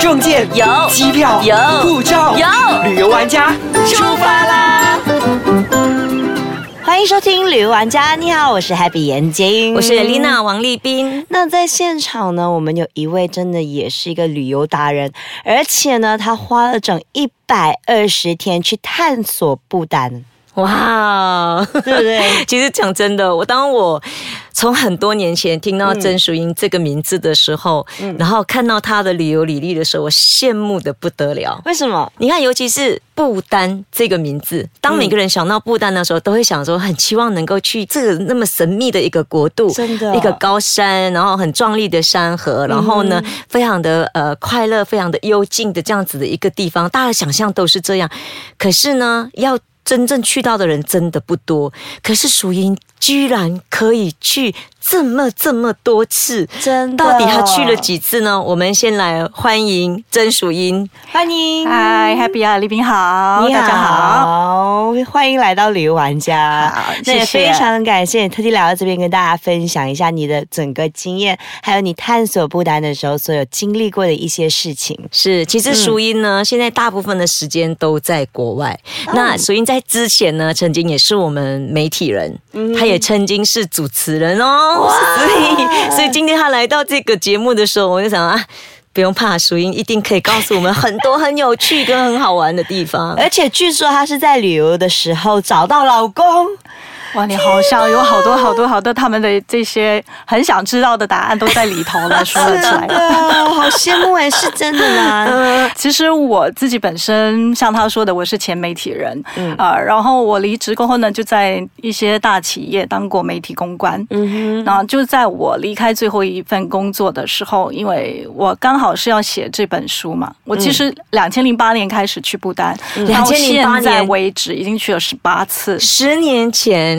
证件有机票有护照有旅游玩家出发啦！欢迎收听《旅游玩家》，你好，我是 Happy 严晶，我是丽。娜王立斌，那在现场呢，我们有一位真的也是一个旅游达人，而且呢，他花了整一百二十天去探索不丹，哇！哦 对不对？其实讲真的，我当我从很多年前听到郑淑英这个名字的时候，然后看到她的旅游履历的时候，我羡慕的不得了。 为什么？你看，尤其是不丹这个名字，当每个人想到不丹的时候，都会想说，很期望能够去这个那么神秘的一个国度，真的嗯一个高山，然后很壮丽的山河，然后呢，非常的呃快乐，非常的幽静的这样子的一个地方，大家想象都是这样。可是呢，要真正去到的人真的不多。可是淑英居然可以去这么这么多次，真的到底她去了几次呢？我们先来欢迎曾淑英。欢迎，嗨，Happy 啊，李斌好，你好，大家好。欢迎来到旅游玩家。好那也谢谢非常感谢你特地来到这边跟大家分享一下你的整个经验，还有你探索不丹的时候所有经历过的一些事情。是，其实淑英呢，现在大部分的时间都在国外。那淑英在之前呢，曾经也是我们媒体人，她、也曾经是主持人哦。所以，所以今天她来到这个节目的时候，我就想啊，不用怕，淑英一定可以告诉我们很多很有趣跟很好玩的地方。而且据说她是在旅游的时候找到老公，哇，你好像有好多好多好多他们的这些很想知道的答案都在里头 了，啊说呃了出来。的，好羡慕欸哎，是真的吗？呃，其实我自己本身像他说的，我是前媒体人，啊、然后我离职过后呢，就在一些大企业当过媒体公关，嗯哼，然后就在我离开最后一份工作的时候，因为我刚好是要写这本书嘛，我其实两千零八年开始去不丹，然后2008现在年为止已经去了十八次， 十年前。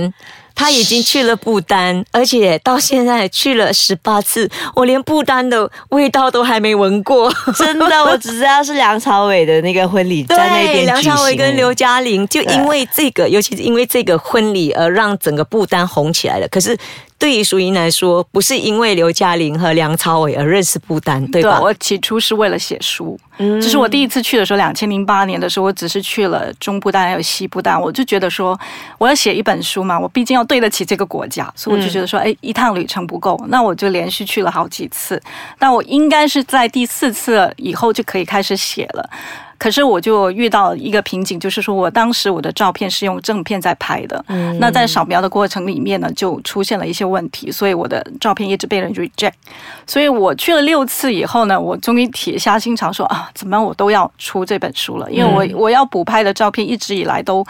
她已经去了不丹，而且到现在去了十八次，我连不丹的味道都还没闻过。 真的，我只知道是梁朝伟的那个婚礼在对，那边举行。梁朝伟跟刘嘉玲就因为这个，尤其是因为这个婚礼而让整个不丹红起来了。可是对于淑英来说，不是因为刘嘉玲和梁朝伟而认识不丹，对吧？嗯我起初是为了写书，就是我第一次去的时候，两千零八年的时候，我只是去了中部丹还有西部丹，我就觉得说我要写一本书嘛，我毕竟要对得起这个国家，所以我就觉得嗯说，哎、一趟旅程不够，那我就连续去了好几次，但我应该是在第四次以后就可以开始写了。可是我就遇到一个瓶颈，就是说我当时我的照片是用正片在拍的，嗯那在扫描的过程里面呢，就出现了一些问题，所以我的照片一直被人 reject。所以我去了六次以后呢，我终于铁下心肠说啊，怎么我都要出这本书嗯了，因为我我要补拍的照片一直以来都。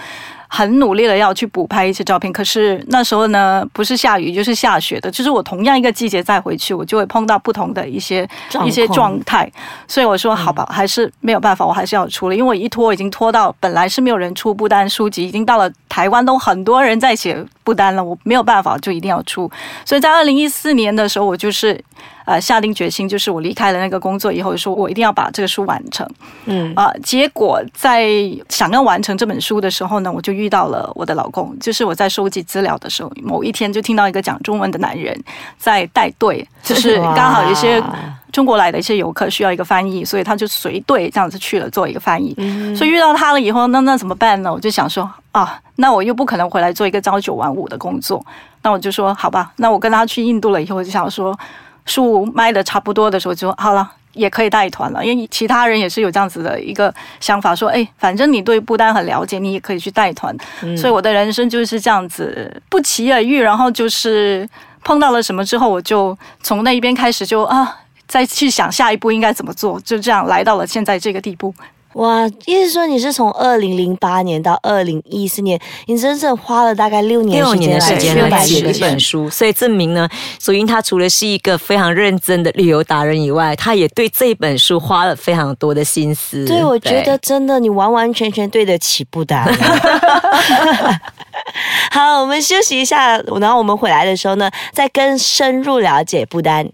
很努力的要去补拍一些照片，可是那时候呢，不是下雨就是下雪的，就是我同样一个季节再回去，我就会碰到不同的一些状况嗯一些状态，所以我说好吧，还是没有办法，我还是要出了，因为我一拖已经拖到本来是没有人出不丹书籍，已经到了台湾都很多人在写不丹了，我没有办法，就一定要出，所以在二零一四年的时候，我就是呃下定决心，就是我离开了那个工作以后，说我一定要把这个书完成。嗯啊、结果在想要完成这本书的时候呢，我就遇到了我的老公，就是我在收集资料的时候，某一天就听到一个讲中文的男人在带队，就是哇刚好有一些。中国来的一些游客需要一个翻译，所以他就随队这样子去了做一个翻译。所以遇到他了以后，那那怎么办呢？我就想说啊，那我又不可能回来做一个朝九晚五的工作，那我就说好吧，那我跟他去印度了以后，我就想说书卖的差不多的时候就说好了。也可以带团了，因为其他人也是有这样子的一个想法，说，哎，反正你对不丹很了解，你也可以去带团。所以我的人生就是这样子，不期而遇，然后就是碰到了什么之后，我就从那一边开始就啊，再去想下一步应该怎么做，就这样来到了现在这个地步。哇，意思说你是从二零零八年到二零一四年，你整整花了大概六年六时年间的时来间修六来改写这一个本书，所以证明呢，索英她除了是一个非常认真的旅游达人以外，她也对这本书花了非常多的心思。对，我觉得真的你完完全全对得起不丹。 好，我们休息一下，然后我们回来的时候呢，再更深入了解不丹。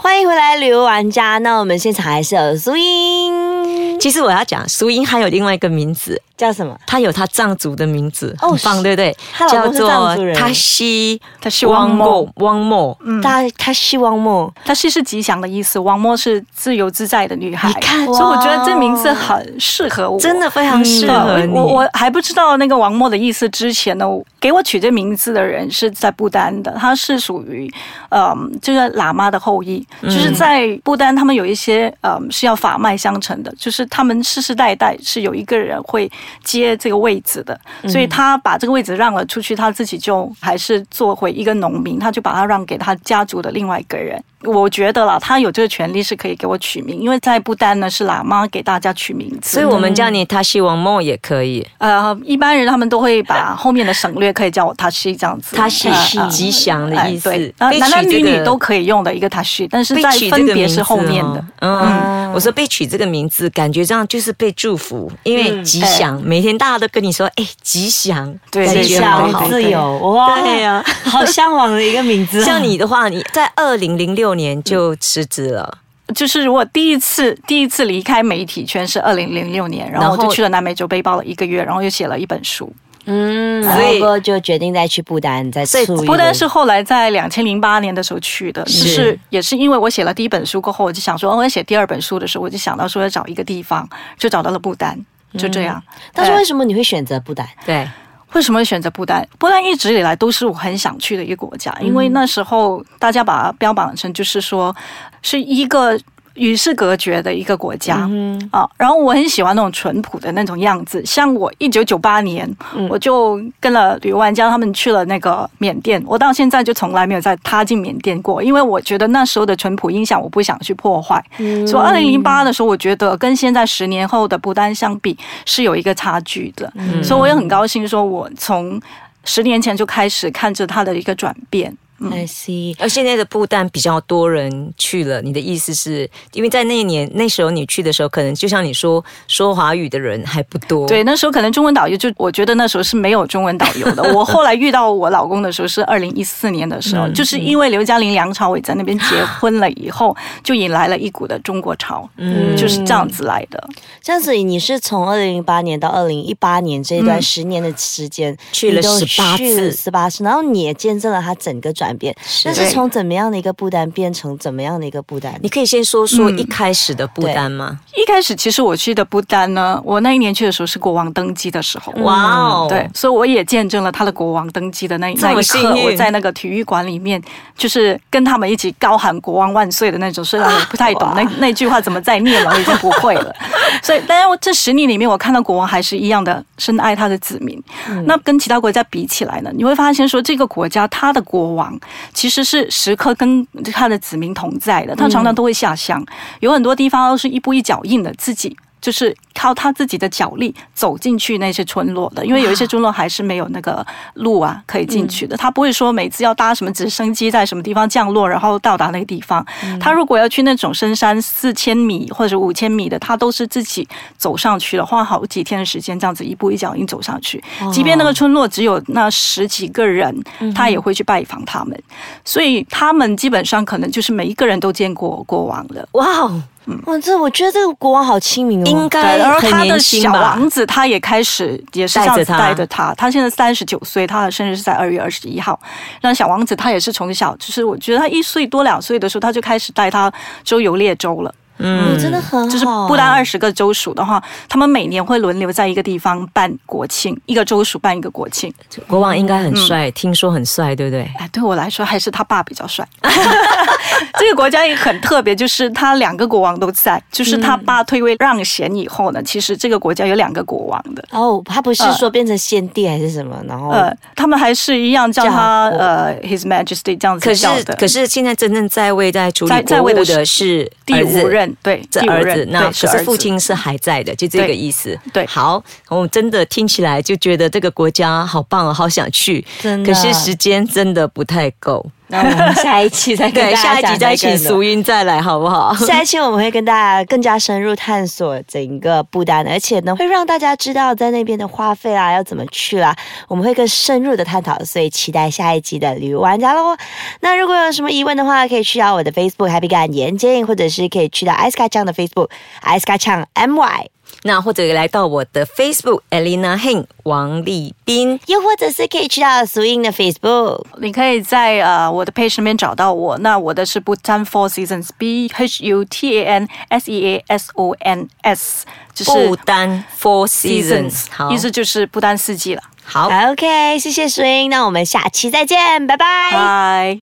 欢迎回来，旅游玩家。那我们现场还是有苏英，其实我要讲，苏英还有另外一个名字，叫什么？她有她藏族的名字，哦很棒，是对不对？她老公是藏族人她西她西汪莫莫汪莫，嗯大家他希望梦，它是是吉祥的意思，王默是自由自在的女孩。你看所以我觉得这哇名字很适合我，真的非常适合对你。我我还不知道那个王默的意思之前呢，我给我取这名字的人是在不丹的，他是属于嗯，就是喇嘛的后裔，嗯就是在不丹他们有一些嗯是要法脉相承的，就是他们世世代代是有一个人会接这个位置的，嗯所以他把这个位置让了出去，他自己就还是做回一个农民，他就把他让给他家族的另外一个人。我觉得啦，他有这个权利是可以给我取名，因为在不丹呢是喇嘛给大家取名字，所以我们叫你她西汪莫也可以，呃，一般人他们都会把后面的省略可以叫我塔西这样子，她是呃吉祥的意思哎对，呃被取男男女这个女都可以用的一个塔西，但是被在取这嗯分个别名是字后面的哦。。嗯，我说被取这个名字，感觉这样就是被祝福，嗯因为吉祥，每天大家都跟你说，哎，吉祥，哎对感对觉对好好好对。自由哇，对呀好向往的一个名字啊。像你的话，你在二零零六年就辞职了，嗯就是如果第一次第一次离开媒体圈是二零零六年，然后我然后就去了南美洲背包了一个月，然后又写了一本书。嗯，然所以后过后就决定再去不丹，再所以出一不个丹是后来在两千零八年的时候去的，就是是也是因为我写了第一本书过后，我就想说，哦，我要写第二本书的时候，我就想到说要找一个地方，就找到了不丹，就这样。嗯但是对为什么你会选择不丹？对，为什么会选择不丹？不丹一直以来都是我很想去的一个国嗯家，因为那时候大家把它标榜成就是说是一个与世隔绝的一个国家、嗯啊。然后我很喜欢那种淳朴的那种样子，像我一九九八年、我就跟了旅游玩家他们去了那个缅甸，我到现在就从来没有再踏进缅甸过，因为我觉得那时候的淳朴印象我不想去破坏。所以二零零八的时候，我觉得跟现在十年后的不丹相比是有一个差距的，所以我也很高兴，说我从十年前就开始看着它的一个转变。 I see，而现在的不丹比较多人去了，你的意思是因为在那一年那时候你去的时候，可能就像你说说华语的人还不多，对，那时候可能中文导游就，我觉得那时候是没有中文导游的。我后来遇到我老公的时候是二零一四年的时候， 就是因为刘嘉玲、梁朝伟在那边结婚了以后，就引来了一股的中国潮，嗯，就是这样子来的。这样子你是从二零零八年到二零一八年这一段十年的时间，嗯去了18次十八次，然后你也见证了他整个转变。那是从怎么样的一个不丹变成怎么样的一个不丹？你可以先说说嗯一开始的不丹吗？一开始其实我去的不丹呢，我那一年去的时候是国王登基的时嗯候，哇哦对，所以我也见证了他的国王登基的那这那么一刻幸，运我在那个体育馆里面，就是跟他们一起高喊“国王万岁”的那种，虽然我不太 懂那那句话怎么再念了，我已经不会了。所以，但是我这十年里面，我看到国王还是一样的深爱他的子民。嗯那跟其他国家比起来呢，你会发现说，这个国家他的国王其实是时刻跟他的子民同在嗯的，他常常都会下乡，有很多地方都是一步一脚印的自己。就是靠他自己的脚力走进去那些村落的，因为有一些村落还是没有那个路啊可以进去的。他不会说每次要搭什么直升机在什么地方降落，然后到达那个地方。他如果要去那种深山四千米或者五千米的，他都是自己走上去的，花好几天的时间，这样子一步一脚印走上去。即便那个村落只有那十几个人，他也会去拜访他们。所以他们基本上可能就是每一个人都见过国王的。哇哦，哇，这我觉得这个国王好亲民哦，对，应该而很他的年轻小吧？王子他也开始也是这样子带着他带着他，他现在三十九岁，他的生日是在二月二十一号。那小王子他也是从小，就是我觉得他一岁多两岁的时候，他就开始带他周游列州了。哦嗯真的很好，就是不丹二十个州属的话，他们每年会轮流在一个地方办国庆，一个州属办一个国庆。国王应该很帅，听说很帅，对不对？哎，对我来说还是他爸比较帅。 这个国家也很特别，就是他两个国王都在，就是他爸退位让贤以后呢，其实这个国家有两个国王的。哦，他不是呃说变成先帝还是什么，然哦后呃，他们还是一样叫他叫我呃，His Majesty 这样可子是叫的。可是现在真正在位在处理在国在务位的是的是第儿子五任，对，这第五儿子，任那对可儿是子父亲是还在的，就这个对意思。对好，我真的听起来就觉得这个国家好棒哦，好想去。真的可是时间真的不太够。那我们下一期再跟对，大家下一集讲再那请个苏云再来好不好？ 下一期我们会跟大家更加深入探索整个不丹，而且呢会让大家知道在那边的花费啦，要怎么去啦，我们会更深入的探讨，所以期待下一集的旅游玩家喽。那如果有什么疑问的话，可以去到我的 Facebook Happy 感言建议，或者是可以去到 Ice 卡酱的 Facebook Ice 卡酱 MY，那或者来到我的 Facebook Elena Heng 王丽斌。又或者是可以去到苏英的 Facebook。你可以在呃我的 page 上面找到我。那我的是 Bhutan Four Seasons B H U T A N S E A S O N S，就是不丹 Four Seasons，好意，思就是不丹四季了。好。 OK，谢谢苏英，那我们下期再见，拜拜。拜。